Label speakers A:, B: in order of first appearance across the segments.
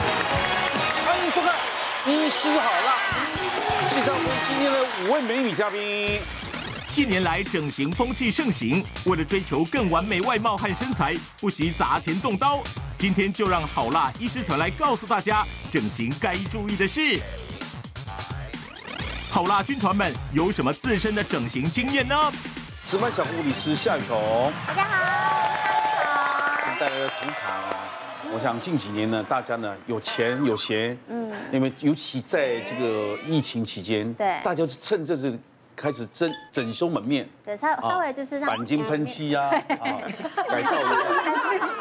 A: 医嗯师好辣。谢谢我们今天的五位美女嘉宾。
B: 近年来整形风气盛行，为了追求更完美外貌和身材，不惜砸钱动刀。今天就让好辣医师团来告诉大家整形该注意的事。好辣军团们有什么自身的整形经验呢？
A: 值班小护理师夏雨桐
C: 大家好，
A: 带来的图卡啊，我想近几年呢，大家呢有钱有闲，嗯，因为尤其在这个疫情期间，
C: 对
A: 大家就趁这次开始整整修门面，啊
C: 对，稍稍微就是让
A: 钣金喷漆 啊，啊，改造一下，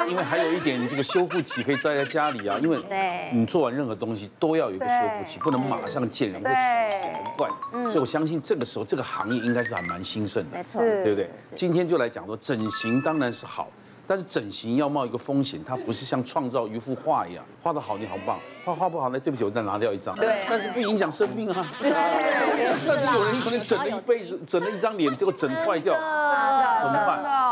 A: 因为还有一点，你这个修复期可以待在家里啊，因为
C: 对
A: 你做完任何东西都要有一个修复期，
C: 对
A: 不能马上见人会
C: 对嗯
A: 习惯，所以我相信这个时候这个行业应该是还蛮兴盛的
C: 没，错，
A: 对不对？今天就来讲说，整形当然是好，但是整形要冒一个风险，它不是像创造一幅画一样，画得好你好棒，画画不好呢，对不起，我再拿掉一张。
D: 对
A: 但是不影响生命啊。但是有人可能整了一辈子，整了一张脸，结果整坏掉，
C: 真
A: 怎
C: 的
A: 么办？
C: 对啊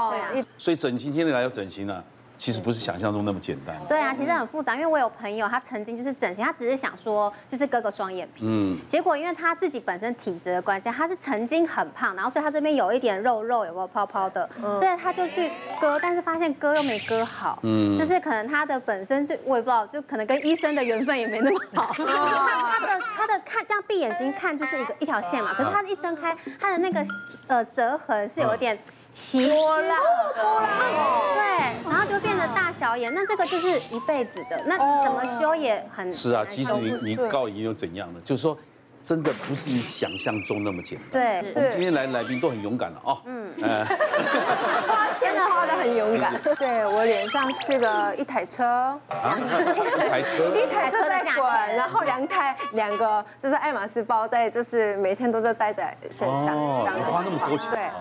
A: 所以整形今天来要整形呢、其实不是想象中那么简单。
C: 对啊，其实很复杂，因为我有朋友，他曾经就是整形，他只是想说就是割个双眼皮，嗯，结果因为他自己本身体质的关系，他是曾经很胖，然后所以他这边有一点肉肉，有没有泡泡的，所以他就去割，但是发现割又没割好，嗯，就是可能他的本身就我也不知道，就可能跟医生的缘分也没那么好，就是他他的他的看这样闭眼睛看就是一个一条线嘛，可是他一睁开，他的那个呃折痕是有一点。 奇波浪，波浪，对，然后就变得大小眼，那这个就是一辈子的，那怎么修也很
A: 是啊，
C: 难
A: 其实
C: 修
A: 你你告赢又怎样呢？就是说，真的不是你想象中那么简单。
C: 对，
A: 我们今天来的来宾都很勇敢了啊。嗯。
D: 花钱花的很勇敢。
E: 对我脸上是个一台车，
A: 啊，开车。
E: 一台车在滚，然后两台两个就是爱马仕包在，就是每天都在带在身上。
A: 哦
E: 这样子
A: 你花那么多钱
E: 对
A: 哦，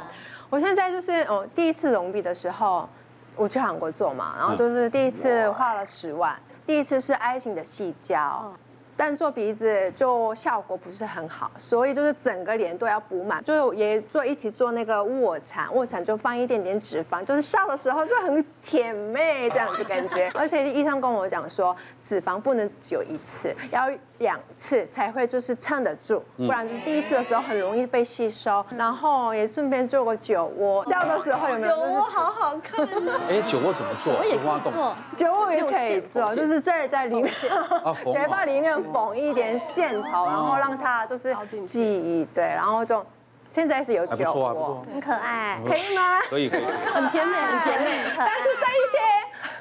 E: 我现在就是哦，第一次隆鼻的时候，我去韩国做嘛，然后就是第一次花了十万，第一次是 I 型的细胶。但做鼻子就效果不是很好，所以就是整个脸都要补满，就是也做一起做那个卧蚕，卧蚕就放一点点脂肪，就是笑的时候就很甜妹这样子感觉。而且医生跟我讲说，脂肪不能只有一次，要两次才会就是撑得住，不然就是第一次的时候很容易被吸收。然后也顺便做过酒窝，笑的时候有没有？
C: 哦
E: 就是
D: 好好看，
A: 哎，酒窝怎么啊做？我也挖洞。
E: 酒窝也可以做，就是在在里面
A: 缝哦， 哦
E: 嘴巴里面缝一点线头，然后让它就是记忆对，然后就现在是有
A: 还不
E: 酒
A: 错，啊还不错
E: 窝，，
C: 很可爱，
E: 可以吗？
A: 可以可以。
D: 很甜美，很甜美。
C: 很可
E: 但
C: 爱
E: 是。在一些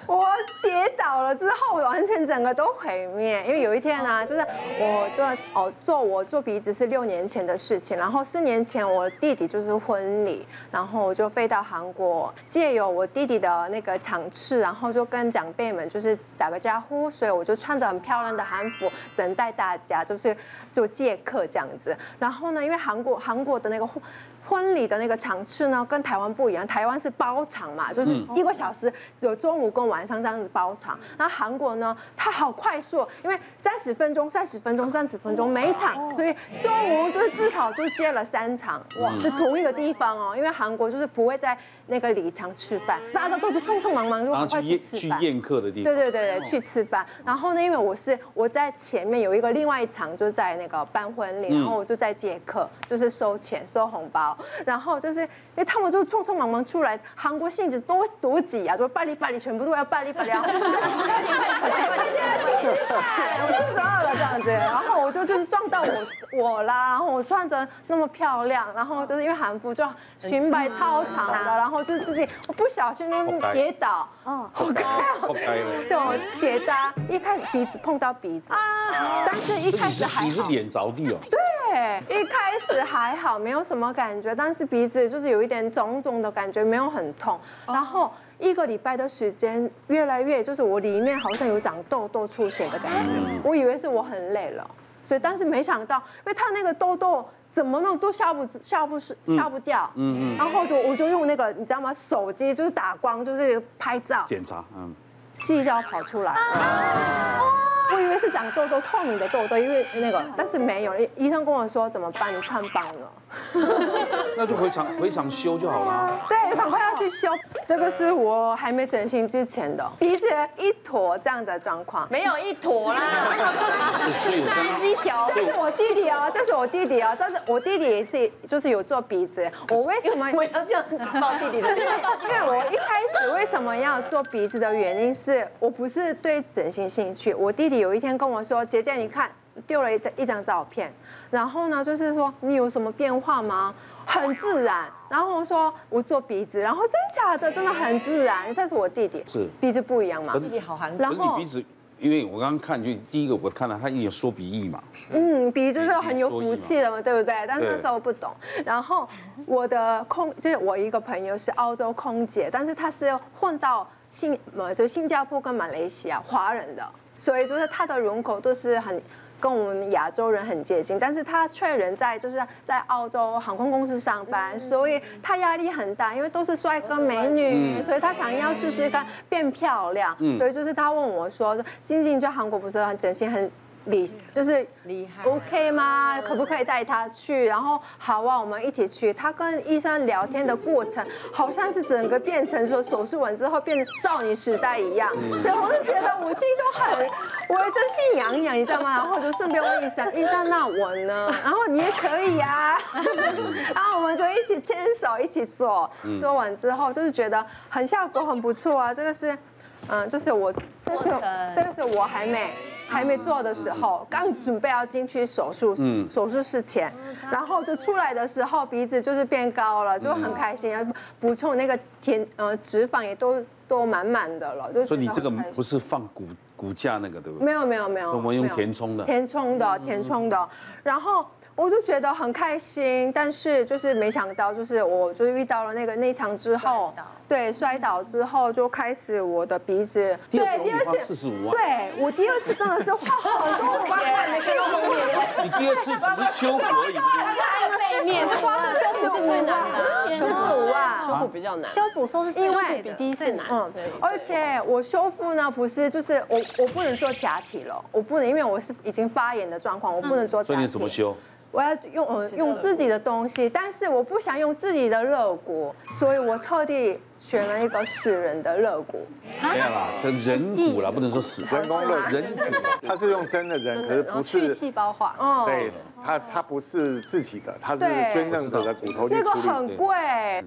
E: 我跌倒了之后，完全整个都毁灭。因为有一天啊，就是我做哦做我做鼻子是六年前的事情，然后四年前我弟弟就是婚礼，然后我就飞到韩国，借由我弟弟的那个场次，然后就跟长辈们就是打个招呼，所以我就穿着很漂亮的韩服等待大家，就是就借客这样子。然后呢，因为韩国韩国的那个婚婚礼的那个场次呢，跟台湾不一样，台湾是包场嘛，就是
A: 嗯
E: 一个小时有中午跟晚上这样子包场。然后韩国呢，它好快速，因为三十分钟、三十分钟、三十分钟每一场，所以中午就是至少就接了三场，哇，是同一个地方哦。因为韩国就是不会在那个礼堂吃饭，大家都是匆匆忙忙就
A: 然后
E: 赶快
A: 去
E: 去
A: 宴
E: 吃
A: 去
E: 饭。
A: 宴客的地
E: 对
A: 方。
E: 对对对，去吃饭。然后呢，因为我是我在前面有一个另外一场，就在那个办婚
A: 嗯
E: 礼，然后我就在接客，就是收钱收红包。然后就是因为他们就匆匆忙忙出来，韩国性质多多挤啊，就巴黎巴黎，全部都要巴黎巴黎，然后就是快点快点快点快点去吃饭，我不知道了这样子。然后我就就是撞到我我啦，然后我穿着那么漂亮，然后就是因为韩服就裙摆超长的，然后就自己我不小心
A: 活该
E: 跌倒，
C: 哦
E: 活该
A: 爆开了。
E: 对，我跌的啊，一开始鼻子碰到鼻子，但是一开
A: 你
E: 始
A: 是
E: 还
A: 你是
E: 好。
A: 脸着 地哦，
E: 对，一开始还好，没有什么感觉，但是鼻子就是有一点肿肿的感觉，没有很痛。然后一个礼拜的时间，越来越就是我里面好像有长痘痘出血的感
A: 嗯
E: 觉，我以为是我很累了，所以但是没想到，因为它那个痘痘。怎么弄都消不消不消不掉，嗯嗯，然后就我就用那个你知道吗？手机就是打光，就是拍照，
A: 检查，嗯，
E: 细胶跑出来，我以为是长长痘痘，透明的痘痘，因为那个，但是没有，医医生跟我说怎么办？你穿帮了。
A: 那就回
E: 嗯
A: 厂回厂修就好了。
E: 对，赶快要去修。这个是我还没整形之前的鼻子一坨这样的状况。
F: 没有一坨啦，
A: 所以我刚刚
F: 单一条。
E: 这是我弟弟哦，这是我弟弟哦，这是我弟弟也是，就是有做鼻子。我为什么？
F: 我要这样子抱弟弟 的
E: 对，因为我一开始为什么要做鼻子的原因是我不是对整形兴趣。我弟弟有一天跟我说：“姐姐，你看丢了一张一张照片，然后呢，就是说你有什么变化吗？很自然。”然后我说：“我做鼻子。”然后真假的，真的很自然。这是我弟弟，
A: 是
E: 鼻子不一样嘛。
F: 弟弟好韩国，
E: 然
A: 可是你
E: 后
A: 鼻，子，因为我刚刚看，就第一个我看到他一有缩鼻翼嘛，
E: 嗯，鼻子就是很有福气的嘛，对不对？但
A: 对
E: 那时候不懂。然后我的空，就是我一个朋友是澳洲空姐，但是她是混到新呃，就新加坡跟马来西亚华人的，所以就是她的人口都是很。跟我们亚洲人很接近，但是她却人在就是在澳洲航空公司上班，所以她压力很大，因为嗯都是帅哥嗯美女，所以她想要试试看变漂亮。所以就是她问我说，晶晶在韩国不是很整形很理，就是
F: 厉害
E: OK 吗？可不可以带他去？然后好啊，我们一起去。他跟医生聊天的过程，好像是整个变成说手术完之后变成少女时代一样。然后我就觉得我心都很，我真心痒痒，你知道吗？然后我就顺便问医生，医生那我呢？然后你也可以呀、然后我们就一起牵手一起做，做完之后就是觉得很效果很不错啊。这个是，嗯，就是我，这是这个是我还没。还没做的时候，刚准备要进去手术、
A: 嗯
E: 手术室
F: 哦
E: 前，然后就出来的时候鼻子就是变高了，就很开心，补充那个甜呃脂肪也都都满满的了，就
A: 所以你这个不是
E: 是
A: 放骨骨架那个对不对？
E: 没有没有没有，
A: 我们用
E: 没有
A: 填充的嗯
E: 填充的填充的，然后。我就觉得很开心，但是就是没想到，就是我就是遇到了那个内场之后
F: 摔倒，
E: 对，摔倒之后就开始我的鼻子，
A: 第二次
E: 对，第
A: 我们
E: 二
A: 花四
E: 次
A: 十五万，
E: 对我第二次真的是花好多钱，
A: 你第二次只是修补 而已。
F: 背面
E: 花了九十五万，九十五万。
D: 补比较难，
C: 修补说是意
E: 因
C: 外
E: 为
D: 比
C: 的，
D: 第一次难。
E: 嗯
D: 对，
E: 而且我修复呢，不是就是我我不能做假体了，我不能，因为我是已经发炎的状况，我不能做假体。
A: 所以你怎么？修？
E: 我要用呃用自己的东西，但是我不想用自己的肋骨，所以我特地选了一个死人的肋骨。
A: 没有啦，这人骨啦，不能说死
E: 嗯
G: 人工肉
A: 人骨啦
G: 它是用真的人，可是
D: 然后
G: 不
D: 去
G: 是
D: 细胞化，
E: 哦
G: 对，它它不是自己的，它是
E: 对
G: 捐赠者的骨头去
E: 那个
G: 处理。
E: 很贵，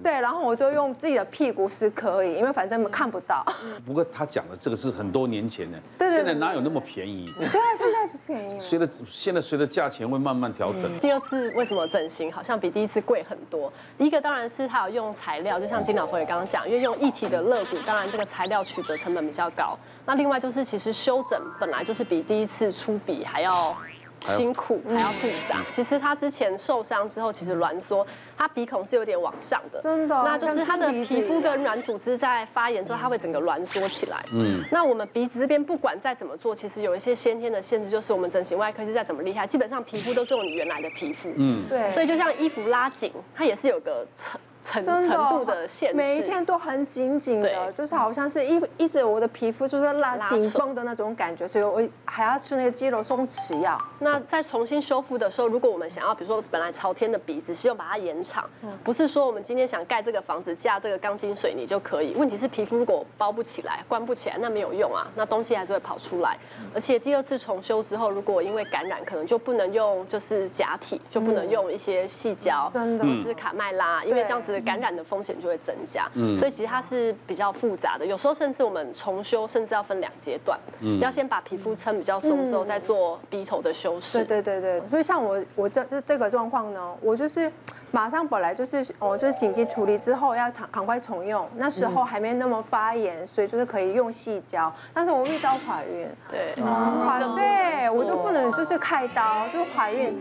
E: 对，然后我就用自己的屁股是可以，因为反正看不到。
A: 不过他讲的这个是很多年前的，
E: 对对
A: 现在哪有那么便宜？
E: 对啊，现在不便宜。
A: 随着现在随着价钱会慢慢调整，
E: 嗯
D: 第二次为什么整形好像比第一次贵很多？一个当然是它有用材料，就像金老朋友刚刚讲，因为用一体的肋骨，当然这个材料取得成本比较高。那另外就是其实修整本来就是比第一次出笔还要。辛苦嗯还要复杂。其实他之前受伤之后，其实挛缩，他鼻孔是有点往上的，
E: 真的哦
D: 那就是他的皮肤跟软组织在发炎之后，它会整个挛缩起来。嗯，那我们鼻子这边不管再怎么做，其实有一些先天的限制，就是我们整形外科是再怎么厉害，基本上皮肤都是用你原来的皮肤。嗯，
E: 对，
D: 所以就像衣服拉紧，它也是有个程程
E: 真
D: 程
E: 的哦
D: 度的限制。
E: 每一天都很紧紧的，
D: 对
E: 就是好像是一一直我的皮肤就是拉
D: 拉扯
E: 紧绷的那种感觉，所以我还要吃那个肌肉松弛药。
D: 那在重新修复的时候，如果我们想要，比如说本来朝天的鼻子，希望把它延长，
E: 嗯
D: 不是说我们今天想盖这个房子架这个钢筋水泥就可以。问题是皮肤如果包不起来、关不起来，那没有用啊，那东西还是会跑出来。
E: 嗯
D: 而且第二次重修之后，如果因为感染，可能就不能用就是假体，就不能用一些细胶，
E: 嗯真的
D: 或是卡麦拉，因为这样子
E: 对
D: 感染的风险就会增加。所以其实它是比较复杂的，有时候甚至我们重修甚至要分两阶段，要先把皮肤撑比较松之后，再做鼻头的修饰。
E: 嗯对对对对，所以像我我这这这个状况呢，我就是马上本来就是哦，就是紧急处理之后要赶赶快重用，那时候还没那么发炎，所以就是可以用细胶，但是我遇到怀孕，
D: 对
E: 怀啊对我就不能就是开刀，就怀孕。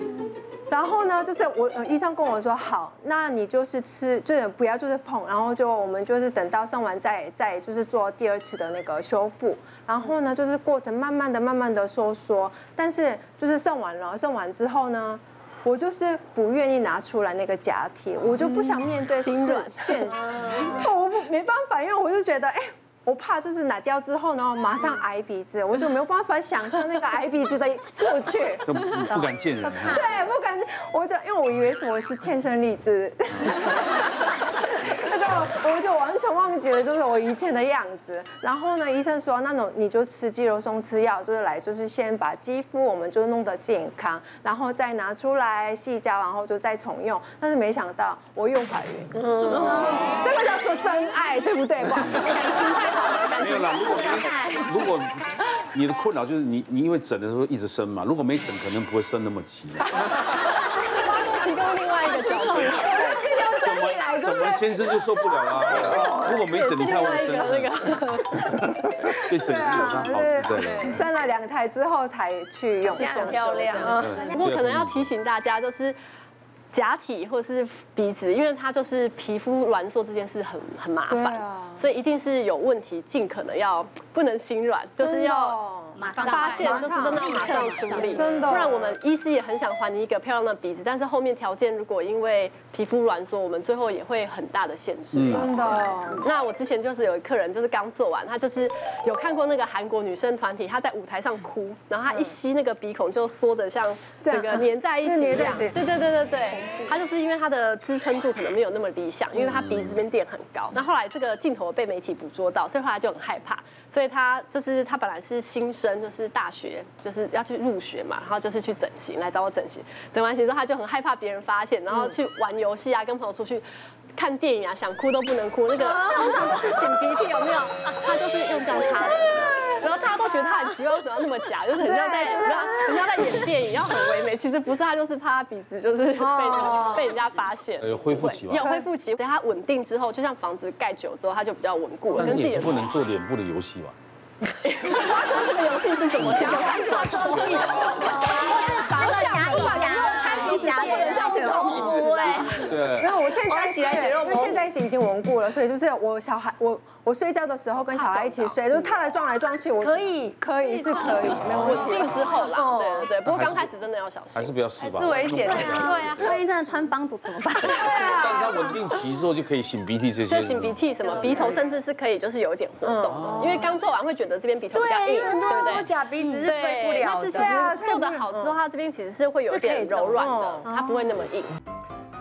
E: 然后呢，就是我呃医生跟我说，好，那你就是吃，就是不要就是碰，然后就我们就是等到生完再再就是做第二次的那个修复。然后呢，就是过程慢慢的、慢慢的收缩，但是就是生完了，生完之后呢。我就是不愿意拿出来那个假体，我就不想面对现
D: 软
E: 现实，我不没办法，因为我就觉得，哎，我怕就是拿掉之后呢，马上挨鼻子，我就没有办法想象那个挨鼻子的过去。
A: 都不
E: 嗯
A: 不敢见 人。啊
E: 对，不敢，我就因为我以为是我是天生丽质， 那个我就完全忘记了，就是我以前的样子。然后呢，医生说，那种你就吃肌肉松弛药，就是来就是先把肌肤我们就弄得健康，然后再拿出来细胶，然后就再重用。但是没想到我又怀孕，这个叫做真爱，对不对？哇，
A: 没有啦，如果如果你的困扰就是你你因为整的时候一直生嘛，如果没整可能不会生那么急。
D: 提供另外一个角度，
E: 这生起来就
A: 怎
E: 是
A: 么先生就受不了啦？如果没整你太会生
D: 那
A: 了，
D: 个
A: 对整是有它好处在的。
E: 生啊了两胎之后才去用，
F: 现在很漂亮。
A: 对
D: 不过可能要提醒大家，就是假体或是鼻子，因为它就是皮肤挛缩这件事很很麻
E: 对
D: 烦，
E: 啊
D: 所以一定是有问题，尽可能要不能心软，就是要。
C: 马上
D: 发现
C: 来
D: 就是真的要马上处理，
E: 真的哦
D: 不然我们医师也很想还你一个漂亮的鼻子，但是后面条件如果因为皮肤挛缩，我们最后也会很大的限制啦。
E: 真的。
D: 那我之前就是有一客人，就是刚做完，他就是有看过那个韩国女生团体，她在舞台上哭，然后她一吸那个鼻孔就缩的像
E: 对啊
D: 整个粘在一
E: 那
D: 起
E: 粘
D: 一
E: 在一
D: 样。
E: 起
D: 对对对对对，她就是因为她的支撑度可能没有那么理想，因为她鼻子这边垫很高。那后来这个镜头被媒体捕捉到，所以后来就很害怕。所以她就是她本来是新生，就是大学就是要去入学嘛，然后就是去整形来找我整形。整完形之后，她就很害怕别人发现，然后去玩游戏啊，跟朋友出去。看电影啊，想哭都不能哭。那个通常都是擤鼻涕，有没有？他就是用这样擦的。然后大家都觉得他很奇怪，为什么要那么假？就是很像在，人家人家在演电影，要很唯美。其实不是，他就是怕他鼻子就是被
E: 哦
D: 被人家发现。
A: 呃有恢复期吧
D: 有恢复期，所以它稳定之后，就像房子盖久之后，它就比较稳固了。
A: 但是
D: 跟自
A: 也
D: 己
A: 是
D: 的
A: 不能做脸部的游戏吧？
D: 这个游戏是什么？
A: 嗯
D: 想想看，
C: 拔了牙龈牙，龈牙
D: 不能这样子
F: 嗯
D: 痛苦
A: 对，
E: 然后我现在
F: 起来血肉
E: 因为现在已经稳固了，所以就是我小孩，我我睡觉的时候跟小孩一起睡，就是他来撞来撞去，我
F: 可以
E: 可以是可以，没有问
D: 稳
E: 题。
D: 定之后啦。
E: 哦
D: 对对对，不过刚开始真的要小
A: 还
D: 心。
A: 是不要试吧。
F: 是危险的。
C: 对啊，万一真的穿帮毒怎么办？
A: 但它稳定期之后就可以擤鼻涕这些。
D: 就擤鼻涕什
F: 嗯
D: 么鼻头，甚至是可以就是有一点活动的，因为刚做完会觉得这边鼻头比较
F: 对，
D: 硬，
F: 因为很多
D: 对
F: 人
D: 不
F: 说
D: 对？
F: 假鼻子是推不
D: 嗯对，
F: 了
D: 但是
F: 的
D: 其。
E: 对啊
D: 实做的好之
F: 嗯
D: 后，它这边其实是会有一点柔软
F: 哦
D: 的，它不会那么硬。